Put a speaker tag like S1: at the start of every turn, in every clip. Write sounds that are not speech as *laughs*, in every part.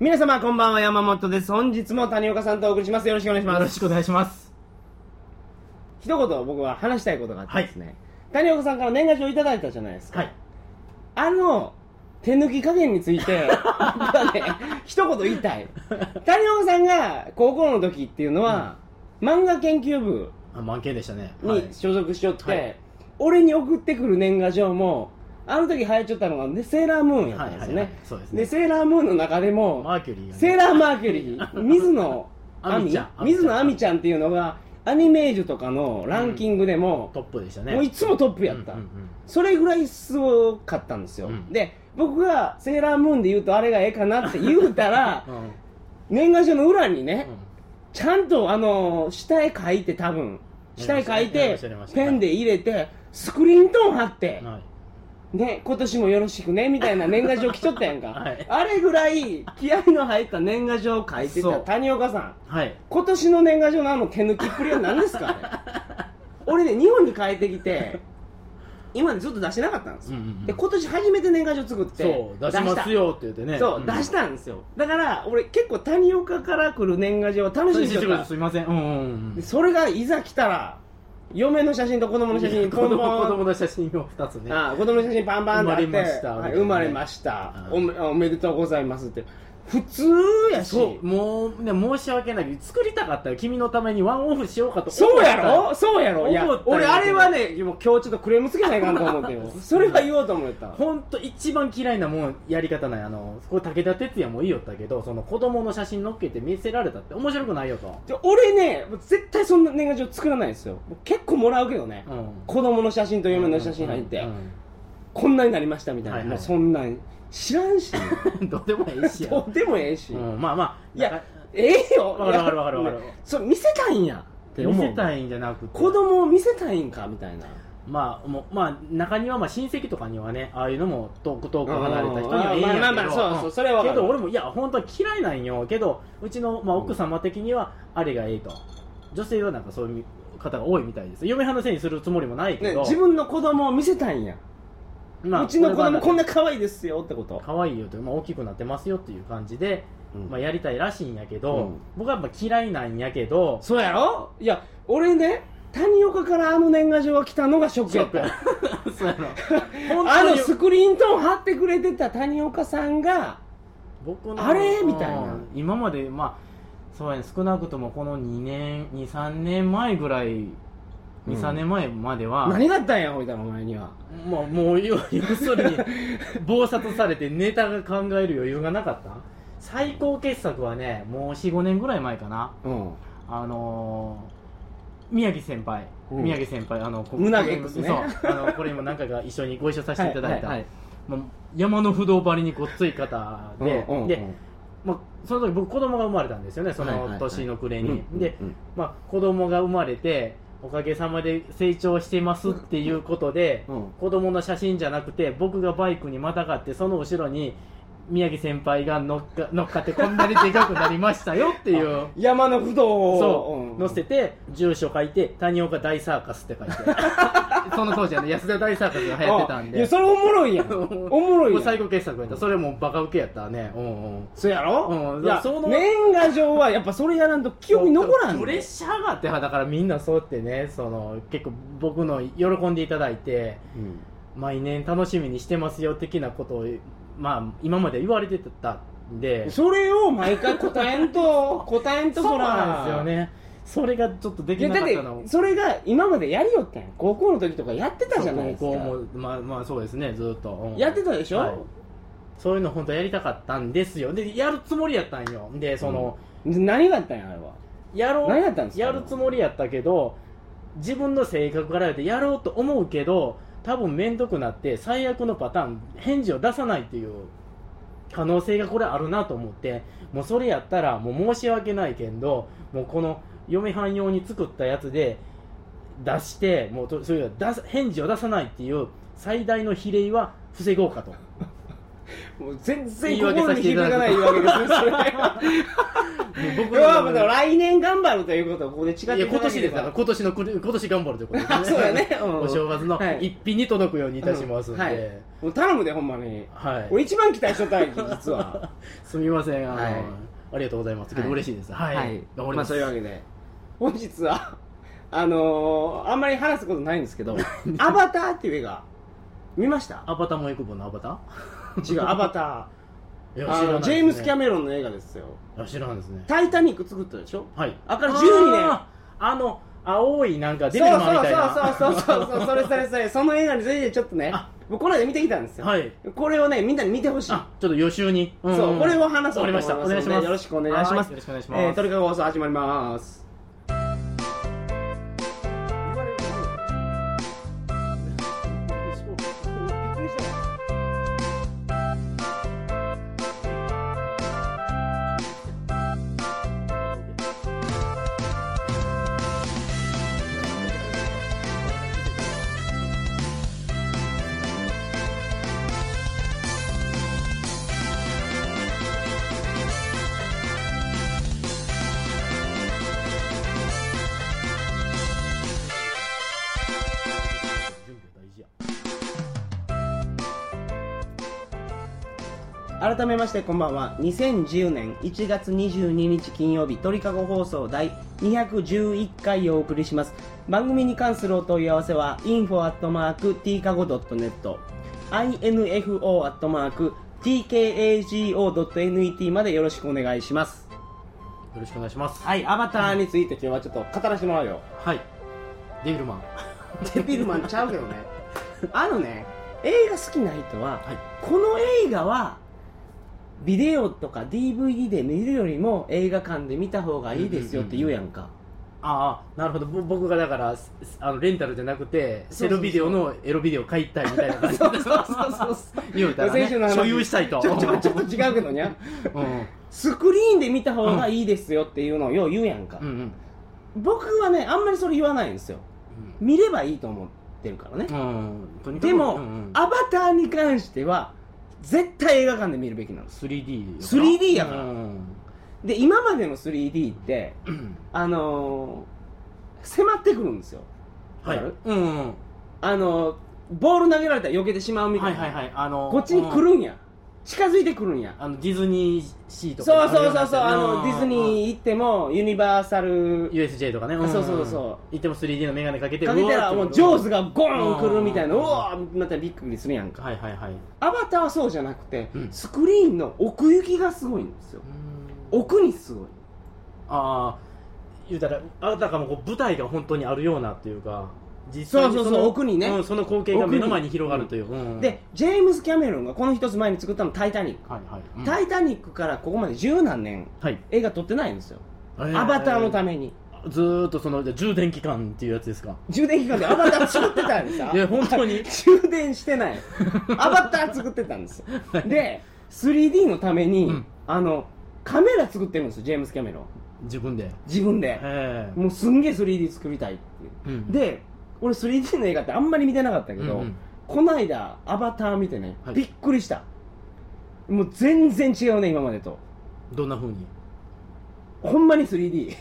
S1: 皆様こんばんは山本です本日も谷岡さんとお送りしますよろしくお願いし
S2: よ
S1: ま
S2: ろ
S1: す
S2: しくお願いします。
S1: 一言僕は話したいことがあってですね、谷岡さんから年賀状いただいたじゃないですか、
S2: はい。
S1: あの手抜き加減につい
S2: *laughs*
S1: て僕はね一言言いたい谷岡さんが高校の時っていうのは、漫画研究部
S2: あ、満点でしたね。はい
S1: に。所属しよって、
S2: はい
S1: 俺に送ってくる年賀状もあの時流行っちゃったのが、ね、セーラームーンやったんですよね、
S2: はいはいはいそうですね
S1: でセーラームーンの中でも
S2: マーキュリーがね
S1: セーラーマーキュリー、水野
S2: 亜美ちゃん
S1: 水野亜美ちゃんっていうのが、アニメージュとかのランキングでも、
S2: トップでしたね。
S1: もういつもトップやった、
S2: うんうん
S1: それぐらいすごかったんですよ、
S2: うん
S1: で、僕がセーラームーンで言うと、あれがええかなって言うたら
S2: *laughs* う、んうん
S1: 年賀状の裏にね、
S2: う
S1: ちゃんとあの下絵描いて、多分下絵描い
S2: やり
S1: て
S2: ましたやりまし、た
S1: ペンで入れて、スクリーントーン貼って
S2: ん。、はい。
S1: ね、今年もよろしくねみ
S2: *laughs*
S1: たいな年賀状来ちょったやんか、
S2: はい
S1: あれぐらい気合の入った年賀状を書いて
S2: そ
S1: た
S2: う
S1: 谷岡さん
S2: はい。
S1: 今年の年賀状のあの手抜きっぷりは何ですかあ
S2: *laughs*
S1: れ俺ね日本に帰ってきて今までずっと出してなかったんですよ、
S2: うんうんうん
S1: で今年初めて年賀状作って
S2: そう、出しますよって言って
S1: 出
S2: ね。
S1: したそう、
S2: ん
S1: 出したんですよだから俺結構谷岡から来る年賀状を楽しみにし
S2: す
S1: て
S2: い
S1: た
S2: ませんすいません。うんうんうん
S1: で。それがいざ来たら嫁の写真と子供の写真
S2: 子
S1: ポンポン
S2: 供子供の写真を二つね。
S1: ああ子供の写真パンパンってあって
S2: 生まれまし
S1: はい
S2: たみたいなね
S1: 生まれました
S2: ああ
S1: おめおめでとうございますって普通やし
S2: そう、もうね、申し訳ないけど、作りたかったよ。君のためにワンオフしようかと。
S1: そうやろそうやろいや
S2: 思ったよ
S1: 俺あれはねもう今日ちょっとクレームつけないかんと思ってよそれは言おうと思った
S2: ほんと一番嫌いなもんやり方ないあのこれ武田鉄矢もいいよったけどその子供の写真載っけて見せられたって面白くないよと、
S1: で俺ねもう絶対そんな年賀状作らないですよもう結構もらうけどね、
S2: うん
S1: 子供の写真と嫁の写真入って、こんなになりましたみたいな、
S2: はいはい
S1: もうそんなん知らんし
S2: うん、どうでも *laughs* いいしや
S1: とてもええし、
S2: うん、まあまあ
S1: いやええよ
S2: わかるわかるわかるわかる
S1: そう見せたいんやって
S2: 見
S1: 思う
S2: せたいんじゃなくて
S1: 子供を見せたいんかみたいな
S2: まあもうまあ中にはまあ親戚とかにはねああいうのも遠く遠く離れた人には
S1: うん
S2: ええんやけど
S1: まあまあまあそうそうそれはわか
S2: け
S1: る
S2: ど俺もいや本当は嫌いなんよけどうちの、まあ、奥様的にはあれがええと女性はなんかそういう方が多いみたいです嫁はんのせいにするつもりもないけ
S1: ね
S2: ど、
S1: 自分の子供を見せたいんや、
S2: まあ
S1: うちの子供こん
S2: な
S1: な可愛いですよってこと
S2: 可愛いよという、まあ、大きくなってますよっていう感じで、
S1: うん
S2: まあ、やりたいらしいんやけど、
S1: うん
S2: 僕はやっぱ嫌いなんやけど
S1: そうやろいや俺ね谷岡からあの年賀状が来たのがショックやった *laughs*
S2: そうやろ
S1: あの
S2: 本当
S1: ス
S2: に
S1: クリーントーン貼ってくれてた谷岡さんが
S2: 僕の
S1: あれみたいな
S2: うん今までまあそうやね少なくともこの2年23年前ぐらい
S1: うん
S2: 23年前までは、
S1: 何があったんやほいたらお前には
S2: まあ、もう要 *laughs* 要するに暴殺されてネタが考える余裕がなかった最高傑作はねもう45年ぐらい前かな
S1: うん
S2: あのー宮城先輩、
S1: うん
S2: 宮城先輩あのこ
S1: 胸毛ですね
S2: これそうあのこれにも何回か一緒にご一緒させていただいた、
S1: はいはい
S2: もう山の不動張りにごっつい方で、
S1: うんうんうん
S2: で、まあ、その時僕子供が生まれたんですよねその年の暮れに、で、
S1: うん
S2: まあ、子供が生まれておかげさまで成長してますっていうことで、
S1: うんうん
S2: 子供の写真じゃなくて僕がバイクにまたがってその後ろに宮城先輩が乗っか乗っかってこんなにでかくなりましたよっていう
S1: 山の不動を
S2: そう載せて住所書いて「谷岡大サーカス」って書いて *laughs* その当時はね安田大サーカスが流行ってたん
S1: いや
S2: で
S1: それおもろいやんおもろい
S2: も
S1: や
S2: *laughs* うん最高傑作やったそれもバカウケやったねうんうん
S1: そうやろ、
S2: うん
S1: いや
S2: その
S1: 年賀状はやっぱそれやらんと記憶に残らん
S2: プ
S1: の
S2: レッシャーがあってだからみんなそうやってねその結構僕の喜んでいただいて
S1: うん
S2: 毎年楽しみにしてますよ的なことをまあ今まで言われてたんで
S1: それを毎回答えん
S2: *laughs*
S1: と答えんと
S2: そ
S1: そうら
S2: なんですよねそれがちょっとで
S1: い
S2: き
S1: や
S2: な
S1: だ
S2: か
S1: っ
S2: ったの
S1: てそれが今までやりよったんや高校の時とかやってたじゃないですか
S2: そう高校もまあまあそうですねずっと、うん
S1: やってたでしょ、
S2: はいそういうの本当やりたかったんですよでやるつもりやったんよでその、
S1: 何があったんやあれは
S2: やろう
S1: 何やったんですか
S2: やるつもりやったけど自分の性格から言ってやろうと思うけど多分面倒くなって最悪のパターン返事を出さないっていう可能性がこれあるなと思ってもうそれやったらもう申し訳ないけんどもうこの嫁はん用に作ったやつで出しても
S1: *laughs*
S2: うとそういう出す返事を出さないっていう最大の比例は防ごうかと
S1: もう全然
S2: 言い訳
S1: 心
S2: さ
S1: に
S2: せてい
S1: 響か
S2: ただく
S1: ない言い訳ですねそれ
S2: *laughs*
S1: は
S2: 僕
S1: 要はまた来年頑張るということをここで誓っていただ
S2: い
S1: け
S2: や
S1: れば
S2: 今年ですだから今年のくる今年頑張るということです
S1: あ *laughs* そうやねうん
S2: *laughs* お正月の
S1: はい
S2: 一品に届くようにいたしますんで、
S1: うんはいもう頼むでほんまに
S2: はい
S1: 俺一番期待しとったんや実は
S2: すみませんあの、
S1: はい
S2: ありがとうございますけど
S1: はい
S2: 嬉しいですはい、頑張り
S1: ま
S2: ま
S1: あ
S2: す、
S1: そういうわけで本日は *laughs* あのー、あんまり話すことないんですけ
S2: *laughs*
S1: ど「アバター」っていう映画見ました
S2: アバターもエクボのアバタ
S1: 違う「アバタ
S2: ーい
S1: ー」
S2: や
S1: あ
S2: 知 *laughs* らない
S1: の
S2: ですね
S1: ジェームス・キャメロンの映画ですよ
S2: いや知らないですね
S1: 「タイタニック」作ったでしょ
S2: はい
S1: あから12年
S2: あーあの青いなんか
S1: そ
S2: デ
S1: う
S2: ビルマンみたいな
S1: そうそうそうそうそうそれそれそれその映画についてちょっとね
S2: あ
S1: 僕この間見てきたんですよ、
S2: はい
S1: これをねみんなに見てほしい
S2: あちょっと予習に、んん
S1: そうこれを話そう
S2: わかりました
S1: と
S2: お
S1: 思いま
S2: 願い
S1: すので
S2: します
S1: よろしくお願いします
S2: はよろしくお願いします、
S1: えー、トリカゴ放送始まります
S2: 準備大事や
S1: 改めましてこんばんは2010年1月22日金曜日鳥かご放送第211回をお送りします番組に関するお問い合わせは info.tkago.net info.tkago.net までよろしくお願いします
S2: よろしくお願いします
S1: はいアバターについて今日はちょっと語らせてもらう *laughs* よ
S2: はいデビルマン
S1: デビルマンちゃうけどねあのね映画好きな人は、
S2: はい
S1: この映画はビデオとか DVD で見るよりも映画館で見た方がいいですよって言うやんか、
S2: ああなるほどぼ僕がだからすすあのレンタルじゃなくて
S1: そうそうそう
S2: セロビデオのエロビデオ買いたいみたいな感じ *laughs* そう
S1: そうそうそうそう
S2: 言うたら、
S1: *laughs* 先週の
S2: ね、
S1: 話
S2: 所有したいと
S1: ちょちょちょっと違うけどね
S2: うんうん
S1: スクリーンで見た方がいいですよっていうのをよう言うやんか、
S2: うんうん
S1: 僕はねあんまりそれ言わないんですよ見ればいいと思ってるからね、
S2: うんとにかく
S1: でも、
S2: うんうん
S1: アバターに関しては絶対映画館で見るべきなんです
S2: 3D
S1: 3D やから
S2: うん
S1: で今までの 3D ってあのー、迫ってくるんですよ
S2: は
S1: わか
S2: い
S1: る
S2: うんうん
S1: あのー、ボール投げられたら避けてしまうみた
S2: はいい
S1: な、
S2: はいはいあの
S1: こっちに来
S2: うん
S1: るんや、近づいてくるんや
S2: あのディズニーシーと
S1: そ
S2: か
S1: うそうそうそうあ
S2: う
S1: の
S2: ん
S1: ディズニー行ってもユニバーサル
S2: USJ とかね、
S1: あそうそうそう
S2: 行っても 3D の眼鏡かけて
S1: かけたらもうジョーズ
S2: が
S1: がゴーン来るみたいなう
S2: うん
S1: わーまたびっくりするやんか
S2: はいはいはい
S1: アバターはそうじゃなくて、
S2: うん
S1: スクリーンの奥行きがすごいんですよ奥にすごい
S2: ああ言うたらあたかもこう舞台が本当にあるようなっていうか実
S1: そうそうそう
S2: の
S1: 奥にね
S2: うんその光景が目の前に広がるという、うん
S1: でジェームズ・キャメロンがこの一つ前に作ったの「タイタニック」
S2: はいはい、
S1: タイタニック」からここまで十何年
S2: はい
S1: 映画撮ってないんですよアバターのた
S2: め
S1: めに
S2: ずーっとそのじゃあ充電期間っていうやつですか
S1: 充電期間でアバター作ってたんですよ
S2: いや本当に
S1: *laughs* 充電してないアバター作ってたんですよで 3D のために、
S2: うん
S1: あのカメラ作ってるんですよジェームス・キャメロン
S2: 自分で
S1: 自分で
S2: え
S1: もうすんげえ 3D 作りたいっていう
S2: えうん
S1: で俺 3D の映画ってあんまり見てなかったけど、
S2: うんうん
S1: こないだアバター見てね、
S2: はい
S1: びっくりしたもう全然違うね今までと
S2: どんなふうに
S1: ほんまに 3D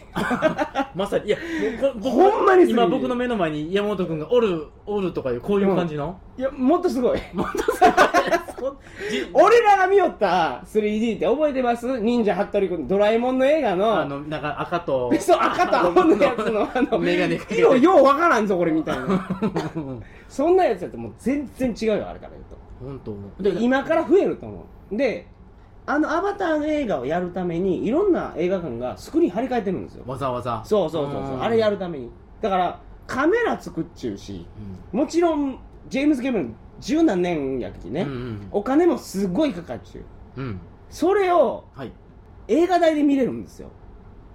S2: まさにいやこ僕
S1: ほんまにすごい
S2: 今僕の目の前に山本君がおるおるとかいうこういう感じの、
S1: いやもっとすごい
S2: *laughs* そじ
S1: 俺らが見よった 3D って覚えてます忍者ハットリくんドラえもんの映画の
S2: あのなんか赤と
S1: そう赤と青のやつのあの
S2: メガネかけて
S1: 色ようわからんぞこれみたい *laughs* な
S2: うん
S1: そんなやつやともう全然違うよあれから言うと
S2: 本当
S1: で今から増えると思うであのアバターの映画をやるためにいろんな映画館がスクリーン張り替えてるんですよ
S2: わざわざ
S1: そうそうそうそうあれやるためにだからカメラ作っちゅうし
S2: うん
S1: もちろんジェームズ・キャメロン十何年やっきね、
S2: うん
S1: お金もすごいかかっちゅう
S2: うんうん
S1: それを
S2: はい
S1: 映画代で見れるんですよ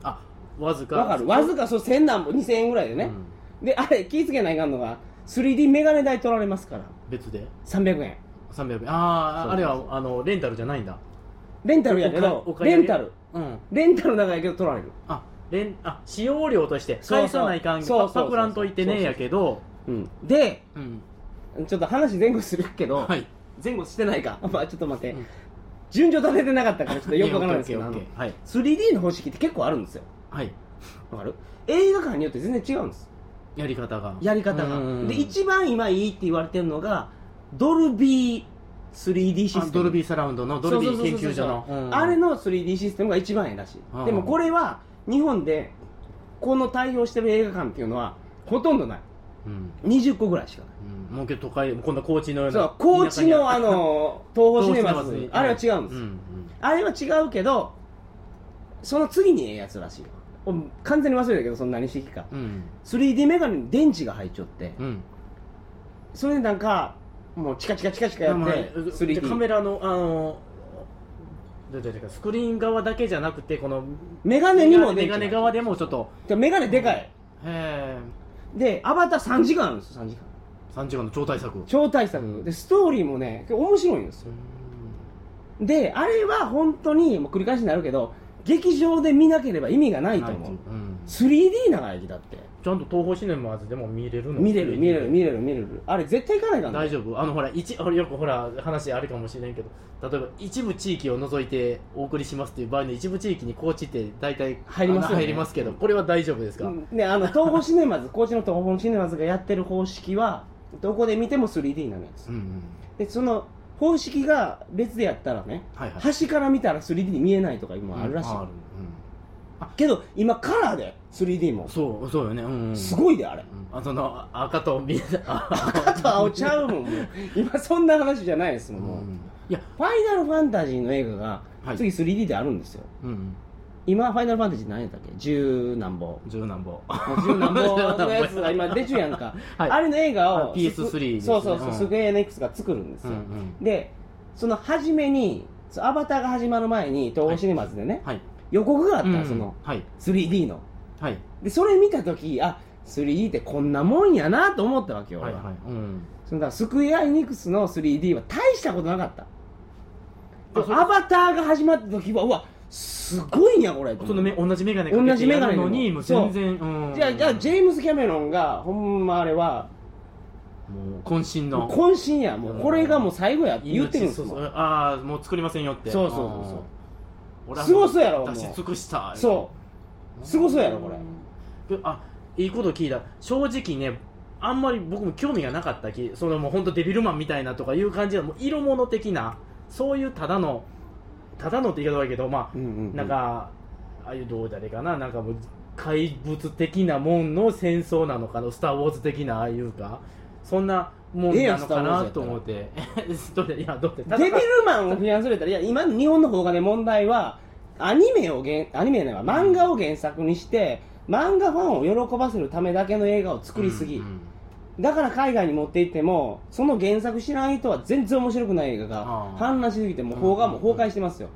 S2: あわずか
S1: わかるわずかそう千何本2000円ぐらいでね、であれ気ぃつけないかんのが 3D メガネ代取られますから
S2: うん別で
S1: 300円
S2: 300円あ
S1: そう
S2: ああれはあのレンタルじゃないんだ
S1: レンタルやけ
S2: おお
S1: ど
S2: 買い
S1: レ
S2: 上げ
S1: ンタル
S2: うん
S1: レンタル長やけど取られる
S2: あレンあ使用料として
S1: そうそう
S2: 返さない関係
S1: そうそうそう
S2: パクらんといて
S1: そう
S2: ね
S1: そう
S2: やけど
S1: うんで
S2: うん
S1: ちょっと話前後するけど、
S2: はい
S1: 全前後してないかまあちょっと待って、
S2: うん
S1: 順序立ててなかった
S2: *laughs*
S1: からちょっとよくわからないですけど
S2: オ
S1: あ
S2: ッケ
S1: の
S2: ーオッケーオッケーはい、
S1: 3D の方式って結構あるんですよ
S2: はい、
S1: わかる映画館によって全然違うんです
S2: やり方が
S1: やり方
S2: うんうんう
S1: が
S2: ん
S1: で一番今いいって言われてるのがドルビー 3D システ
S2: あ
S1: ム
S2: ドルビーサラウンドのドルビー研究
S1: そうそう
S2: 所の
S1: そうそう
S2: うん
S1: あれの 3D システムが一番ええらしい、
S2: うん
S1: でもこれは日本でこの対応してる映画館っていうのはほとんどない
S2: うん
S1: 20個ぐらいしかない
S2: うん、もうけ都会こんな高知のような
S1: そう高知のあ
S2: の
S1: の東宝シネマズあれは違うんです、
S2: うん
S1: あれは違うけどその次にええやつらしいよ俺完全に忘れたけどそんなにしてきか
S2: うん
S1: 3D メガネに電池が入っちゃって
S2: うんうん
S1: それでなんかもうチカチカチカチカやって
S2: まあじ
S1: 3D
S2: ゃあカメラのあのどうやってやるかスクリーン側だけじゃなくてこの
S1: メガネにも
S2: メガネ側
S1: で
S2: でもちょっと
S1: メガネでかい
S2: へえ
S1: でアバター3時間あるんですよ3時間
S2: 3時間の超大作
S1: 超大作でストーリーもね面白いんですよであれは本当にもう繰り返しになるけど劇場で見なければ意味がないと思う
S2: うん
S1: 3D 長駅だって
S2: ちゃんと東宝シネマーズでも見れるの
S1: 見れる見れる見れる見れるあれ絶対行かないかんね
S2: 大丈夫あのほら一 *laughs* あよくほら話あるかもしれんけど例えば一部地域を除いてお送りしますっていう場合の一部地域に高知って大体
S1: 入りますよね
S2: あの入りますけどこれは大丈夫ですか、
S1: うんねあ
S2: *laughs*
S1: の東宝シネマズ高知の東宝シネマズがやってる方式はどこで見ても 3D なのやつ
S2: うんうん
S1: でその方式が別でやったらね
S2: はいはい
S1: 端から見たら 3D に見えないとか今あるらしい、
S2: うんある
S1: けど今カラーで 3D も
S2: うんそうそうよねうん、うん、
S1: す
S2: い、
S1: ごいであれ
S2: あその赤と緑あ
S1: 赤と青ちゃうもんもう今そんな話じゃないですもん、もう
S2: いや
S1: ファイナルファンタジーの映画が
S2: はい
S1: 次 3D であるんですよ、
S2: うんうん
S1: 今ファイナルファンタジー何やったっけ十何本
S2: *laughs* 十何本
S1: 十何本のやつが
S2: *laughs*
S1: 今出ちゅうやんか、
S2: はい
S1: あれの映画
S2: あ
S1: を
S2: PS3 です
S1: そ
S2: ね
S1: うそうそう、
S2: うん
S1: スクエア NX が作るんです
S2: う
S1: よ、
S2: んうん
S1: でその初めにそのアバターが始まる前に東宝シネマズでね、
S2: はい
S1: 予告があったの、
S2: うん
S1: その
S2: はい
S1: 3D の
S2: はい
S1: でそれ見た時あ 3D ってこんなもんやなと思ったわけよ、
S2: はい
S1: 俺は
S2: はいうん
S1: そのだからスクエア・エニックスの 3D は大したことなかった
S2: あそう
S1: アバターが始まった時はうわすごいんやこれと
S2: そ
S1: 思
S2: の
S1: って
S2: め同じ眼鏡かけて
S1: 同じ眼鏡でも
S2: やるのにもう全然うん
S1: じゃあじゃあジェームズ・キャメロンがほんまあれは
S2: もう渾身
S1: も
S2: の
S1: う渾身やもうこれがもう最後やって言ってるんです
S2: そう
S1: も
S2: そ
S1: ん
S2: うああもう作りませんよって
S1: そうそうそうそう
S2: 俺は
S1: すごそうやろもう
S2: 出し尽くした
S1: そうすごそうやろこれ
S2: れあいいこと聞いた正直ねあんまり僕も興味がなかったきそのもう本当デビルマンみたいなとかいう感じのもう色物的なそういうただのただのって言い方だけどま
S1: うんうんう
S2: あなんか、ああいうどう誰かななんかもう怪物的なもんの戦争なのかのスター・ウォーズ的なああいうかそんなもんなのかなと思ってえどれい *laughs* やどれ
S1: デビルマンを批判するやったらいや今の日本の方がね問題はアニメを原アニメじゃないわ漫画を原作にして漫画ファンを喜ばせるためだけの映画を作りすぎ、
S2: うんうん
S1: だから海外に持って行ってもその原作知らない人は全然面白くない映画が
S2: あー
S1: 氾濫しすぎてもう邦画も崩壊してますよ、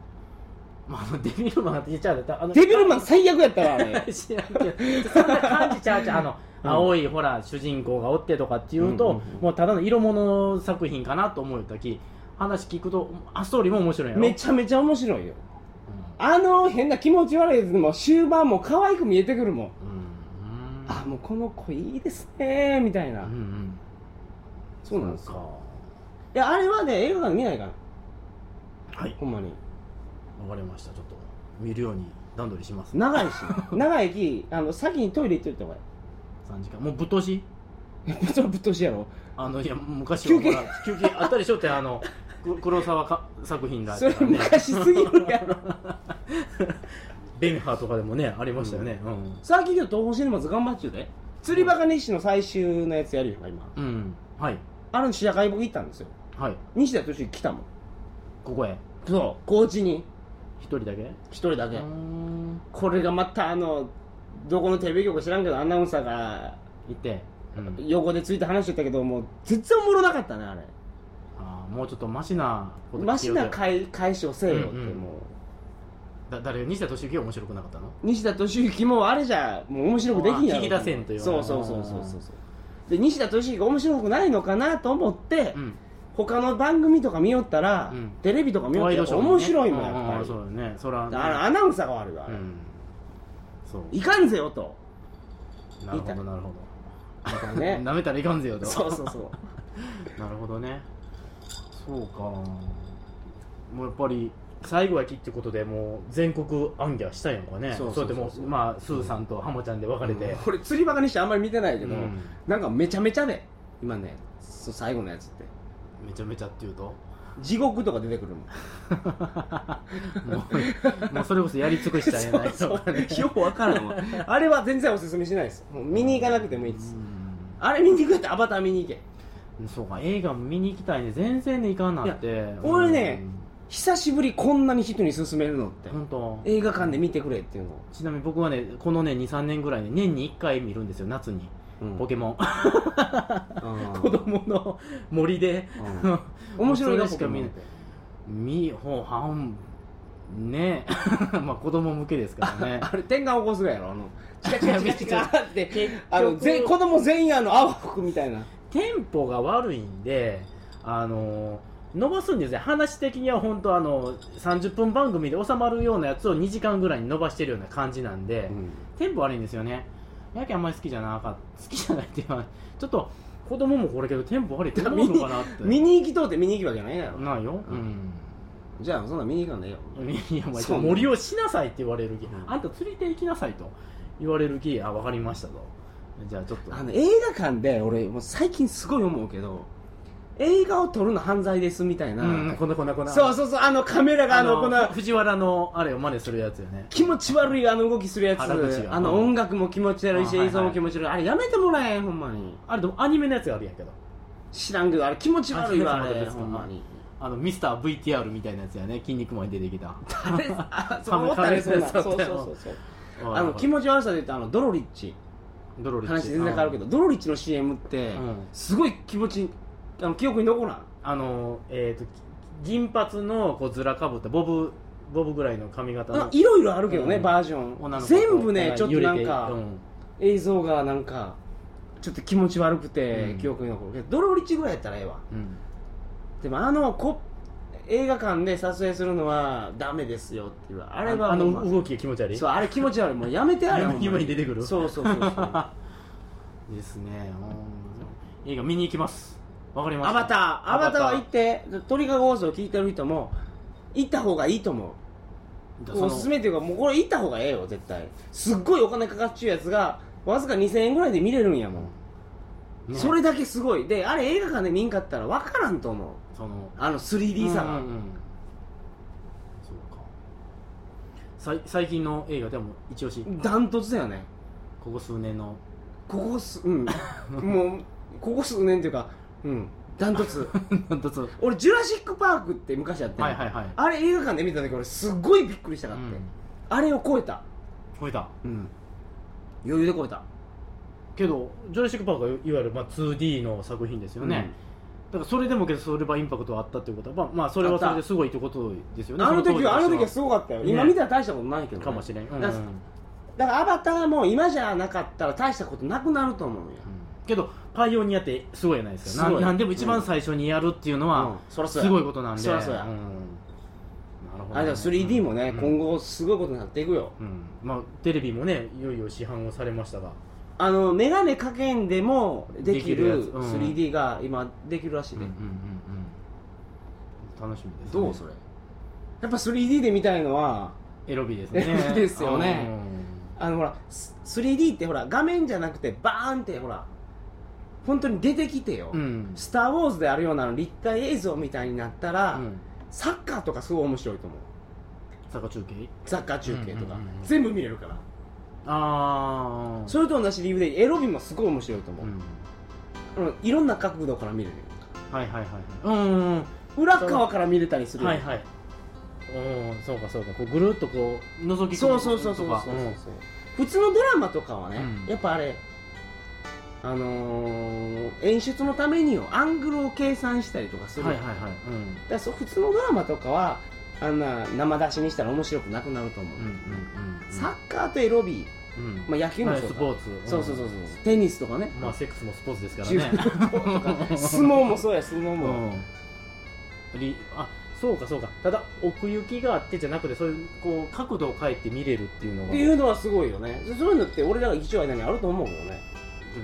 S2: まあ、あのデビルマンって言っちゃうたあの
S1: デビルマン最悪やったわ *laughs* あれ
S2: 知らんけどそんな感じちゃうちゃうあの、
S1: うん
S2: 青いほら主人公がおってとかっていうと、
S1: うんうんうん
S2: もうただの色物作品かなと思うたき話聞くとあストーリーも面白いやろ
S1: めちゃめちゃ面白いよあの変な気持ち悪いやつでも終盤もう可愛く見えてくるもん
S2: うんうん
S1: あもうこの子いいですねみたいな、
S2: うんうん
S1: そうなんです
S2: か
S1: よいやあれはね映画館で見ないから
S2: はい
S1: ほんまに
S2: わかりましたちょっと見るように段取りします
S1: 長いし *laughs* 長いきあの先にトイレ行っといた方がい
S2: 3時間もうぶっ通し
S1: い *laughs* それぶっ通しやろ
S2: あのいや昔
S1: 休
S2: は
S1: 憩
S2: ほら休憩あったでしょって
S1: *laughs*
S2: あのく黒沢か作品があっ
S1: それ
S2: たね
S1: 昔すぎるやろ
S2: ベンハーとかでもねありましたよねうん、
S1: さっき今日東宝シネマズ頑張っちゅうで釣りバカ日誌の最終のやつやるよ今
S2: うん、はい
S1: あの試写会僕行ったんですよ
S2: はい
S1: 西田敏行来たもん
S2: ここへ
S1: そう高知に
S2: 一人だけ
S1: 一人だ
S2: う
S1: け、
S2: ーん
S1: これがまたあのどこのテレビ局か知らんけどアナウンサーが
S2: いて、うん
S1: 横でついて話してたけどもう全然おもろなかったねあれ
S2: あーもうちょっとマシなこと
S1: マシな
S2: か
S1: 返返しをせよってもう、
S2: うんうんだ誰西田敏行は面白くなかったの
S1: 西田敏行もあれじゃもう面白くできんやろ
S2: あ聞き出せんという
S1: そうそうそうそうそうそうで西田敏行面白くないのかなと思って、
S2: うん
S1: 他の番組とか見よったら、
S2: うん
S1: テレビとか見よ
S2: ワ
S1: っ
S2: イ
S1: た
S2: ド
S1: ら
S2: ショー
S1: 面白いもん
S2: ね
S1: やっぱ
S2: う
S1: り
S2: んそうよねそら
S1: だからアナウンサーが悪いわ、あ
S2: う
S1: れ
S2: んそう
S1: いかんぜよと
S2: なるほ
S1: 痛
S2: ど
S1: い
S2: なるほ
S1: だから
S2: ど
S1: ね
S2: *laughs* なめたらいかんぜよと
S1: そうそうそう
S2: なるほどねそうかもうやっぱり最後はきってことでもう全国アンギャしたいのかね
S1: そ
S2: そうう
S1: そうそう
S2: やってもうまあスーさんとハモちゃんで別れて、
S1: これ釣りバカにしてあんまり見てないけど、
S2: うん
S1: なんかめちゃめちゃね今ねそう最後のやつって
S2: めちゃめちゃっていうとも
S1: 地獄とか出てくるもん
S2: うもうそれこそやり尽くしたんやないとかね *laughs*
S1: よくわからんわ *laughs* あれは全然おすすめしないですもう見に行かなくてもいいです
S2: う
S1: あれ見に行くってアバター見に行け
S2: んそうか映画も見に行きたいね全然で行かんなって
S1: 俺ね久しぶりこんなに人に勧めるのって
S2: 本当
S1: 映画館で見てくれっていうの
S2: ちなみに僕はねこのね23年ぐらいね年に1回見るんですよ夏に
S1: うん
S2: ポケ
S1: *laughs*
S2: モン
S1: うん
S2: 子供の森で
S1: うん面白い
S2: そ
S1: な
S2: れしか見ない *laughs* 見ほうはんね *laughs* えまあ子供向けですからね
S1: あれ転換起こすやろあのチカチカチカチカって
S2: 結局
S1: あの全子供全員あの青服みたいな
S2: テンポが悪いんであの伸ばすんですね話的には本当あの30分番組で収まるようなやつを2時間ぐらいに伸ばしてるような感じなんで、テンポ悪いんですよねやけあんまり好きじゃなかった好きじゃないっていうのはちょっと子供もこれけどテンポ悪いって思うのかなって
S1: 見に行きとうて見に行くわけないやろ
S2: ないよ
S1: う
S2: うん
S1: じゃあそんなん見に行かんでええよ
S2: いやお前
S1: そうね
S2: 森をしなさいって言われる気、
S1: うん
S2: あんた釣りて行きなさいと言われる気あ分かりましたとじゃあちょっと
S1: あの映画館で俺もう最近すごい思うけど映画を撮るの犯罪ですみたいな、
S2: うんこんなこんなこんな
S1: そうそうそうあのカメラがあのこんな
S2: 藤原のあれを真似するやつよね
S1: 気持ち悪いあの動きするやつ
S2: 腹立ちが
S1: あの音楽も気持ち悪いし
S2: あはい
S1: 映像も気持ち悪いあれやめてもらえんほんまに
S2: あれでもアニメのやつがあるやんけど
S1: 知らんけどあれ気持ち悪いわあ
S2: あそう
S1: れ
S2: です
S1: ほ
S2: か
S1: んまに
S2: あのミスター VTR みたいなやつやね筋肉マンに出て
S1: *laughs*
S2: きた
S1: あれあそう *laughs*
S2: カメ
S1: 思ったねそ
S2: カ
S1: ん
S2: メ
S1: なん
S2: そ
S1: そう
S2: う
S1: そうそうそうあの気
S2: 持
S1: 持ち悪さで言うとあのドロリッチ
S2: ドロリッチ
S1: 話全然変わるけどドロリッチの CM って
S2: うん
S1: すごい気持ちあの記憶に残らん
S2: あのえっ、と銀髪のこうずらかぶったボブボブぐらいの髪型
S1: あ
S2: の
S1: いろいろあるけどね
S2: うん
S1: バージョ
S2: 女
S1: ン
S2: の子
S1: 全部ね
S2: が
S1: ちょっと
S2: 揺れ
S1: な
S2: て
S1: んか
S2: うん
S1: 映像がなんかちょっと気持ち悪くて
S2: うん
S1: 記憶に残るけどドロリッチぐらいやったらええわ
S2: うん
S1: でもあのこ映画館で撮影するのはダメですよっていうあ
S2: あ
S1: れは
S2: あ
S1: もう
S2: の動きが気持ち悪い
S1: そうあれ気持ち悪いもうやめて
S2: *laughs*
S1: あれ
S2: 夢
S1: ほんま
S2: 夢に出てくる
S1: そうそうそうそうア
S2: *laughs* ですねうん映画見に行きますわかりました
S1: バターアバターは行って鳥かご放送を聞いてる人も行った方がいいと思う
S2: その
S1: おすすめっていうかもうこれ行った方がええよ絶対すっごいお金かかっちゅうやつがわずか2000円ぐらいで見れるんやもん、
S2: ね
S1: それだけすごいであれ映画館で見んかったら分からんと思う
S2: その
S1: あの 3D さが、
S2: うんうんうんそうかさい最近の映画でも一押し
S1: ダントツだよね
S2: ここ数
S1: *laughs*
S2: 年の
S1: ここす
S2: *laughs*
S1: うんもうここ数年っていうかうんダント
S2: *laughs*
S1: ツ
S2: なんとそう
S1: 俺「ジュラシック・パーク」って昔やってん
S2: はいはいはい
S1: あれ映画館で見た時俺すっごいびっくりした
S2: う
S1: かって、
S2: ん
S1: あれを超えた
S2: 超えた
S1: うん余裕で超えた
S2: けどジョラシック・パークはいわゆるまあ 2D の作品ですよね、だからそれでもけどそれはインパクトはあったということは、まあ、まあそれはそれですごいってことですよね
S1: あの時はあ
S2: そ
S1: の時
S2: 当
S1: はすごかったよ、
S2: ね
S1: 今見たら大したことないけど、ね、
S2: かもしれん、うん
S1: だからだからアバターも今じゃなかったら大したことなくなると思うよ、
S2: けどパイオニアってすごいじゃないですか
S1: すごい
S2: なんなんでも一番最初にやるっていうの
S1: うん
S2: は
S1: そらそうや
S2: すごいことなんで、
S1: そらそうや
S2: んなるほ
S1: あ
S2: どね
S1: れだから 3D もね、
S2: うん
S1: 今後すごいことになっていくよ
S2: うんまあ、テレビもねいよいよ市販をされましたが
S1: あの眼鏡かけんでもできる
S2: できるやつうん
S1: 3D が今できるらしいね、
S2: 楽しみです、ね、
S1: どうそれやっぱ 3D で見たいのは
S2: エロビですね
S1: エロビですよね
S2: うん
S1: あのほらす 3D ってほら画面じゃなくてバーンってほら本当に出てきてよ、
S2: うん
S1: スター・ウォーズ」であるような立体映像みたいになったら、
S2: うん
S1: サッカーとかすごい面白いと思う
S2: サッカー中継
S1: サッカー中継とか、
S2: うんうんうんうん
S1: 全部見れるから
S2: ああ
S1: それと同じ理由でエロビもすごい面白いと思
S2: う
S1: う、
S2: ん
S1: うんいろんな角度から見れるよ
S2: はいはいはいはいうんうんうん
S1: 裏側から見れたりするよ
S2: はいはいうんそうかそうかこうぐるっとこう覗き込む
S1: そうそうそうそうそ
S2: と
S1: う
S2: か
S1: そう普通のドラマとかはね、
S2: うん
S1: やっぱあれあのー演出のためによアングルを計算したりとかす
S2: うん
S1: る、
S2: はい
S1: だ
S2: はいはいうん
S1: からそう普通のドラマとかはあんな生出しにしたら面白くなくなると思う、
S2: うんうんうん
S1: サッカーとエロビー、
S2: うん
S1: まあ、野球も
S2: まあ
S1: そう
S2: ス
S1: か
S2: ポーツん
S1: そうそうそうそうテニスとかね、
S2: まあセックスもスポーツですから
S1: 柔
S2: ね
S1: 道と
S2: *laughs*
S1: か相撲もそうや相撲も、
S2: うんりあそうかそうかただ奥行きがあってじゃなくてそういうこう角度を変えて見れるっていうの
S1: っ
S2: が
S1: ていうのはすごいよねそういうのって俺らが一応間にあると思うけどね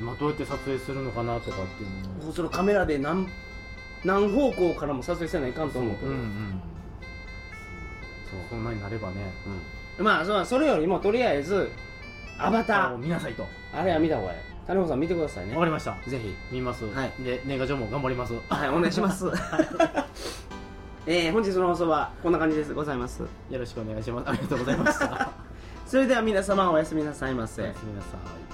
S2: まあ、どうやって撮影するのかなとかっていうの
S1: そのカメラで何何方向からも撮影せないかんと思うけ
S2: う
S1: ど、
S2: んうん
S1: そう
S2: そんなになればね
S1: まあそうそれよりもとりあえずアバタ
S2: を
S1: ー
S2: 見なさいと
S1: あれは見た方がいい谷本さん見てくださいね
S2: わかりました
S1: ぜひ
S2: 見ます、
S1: はい
S2: で年賀状も頑張りますよ
S1: はいお願いします *laughs* えー、本日の放送はこんな感じですございます *laughs*
S2: ろしくお願いしますありがとうございました
S1: それでは皆様おやすみなさいま
S2: お
S1: せ
S2: やすみなさい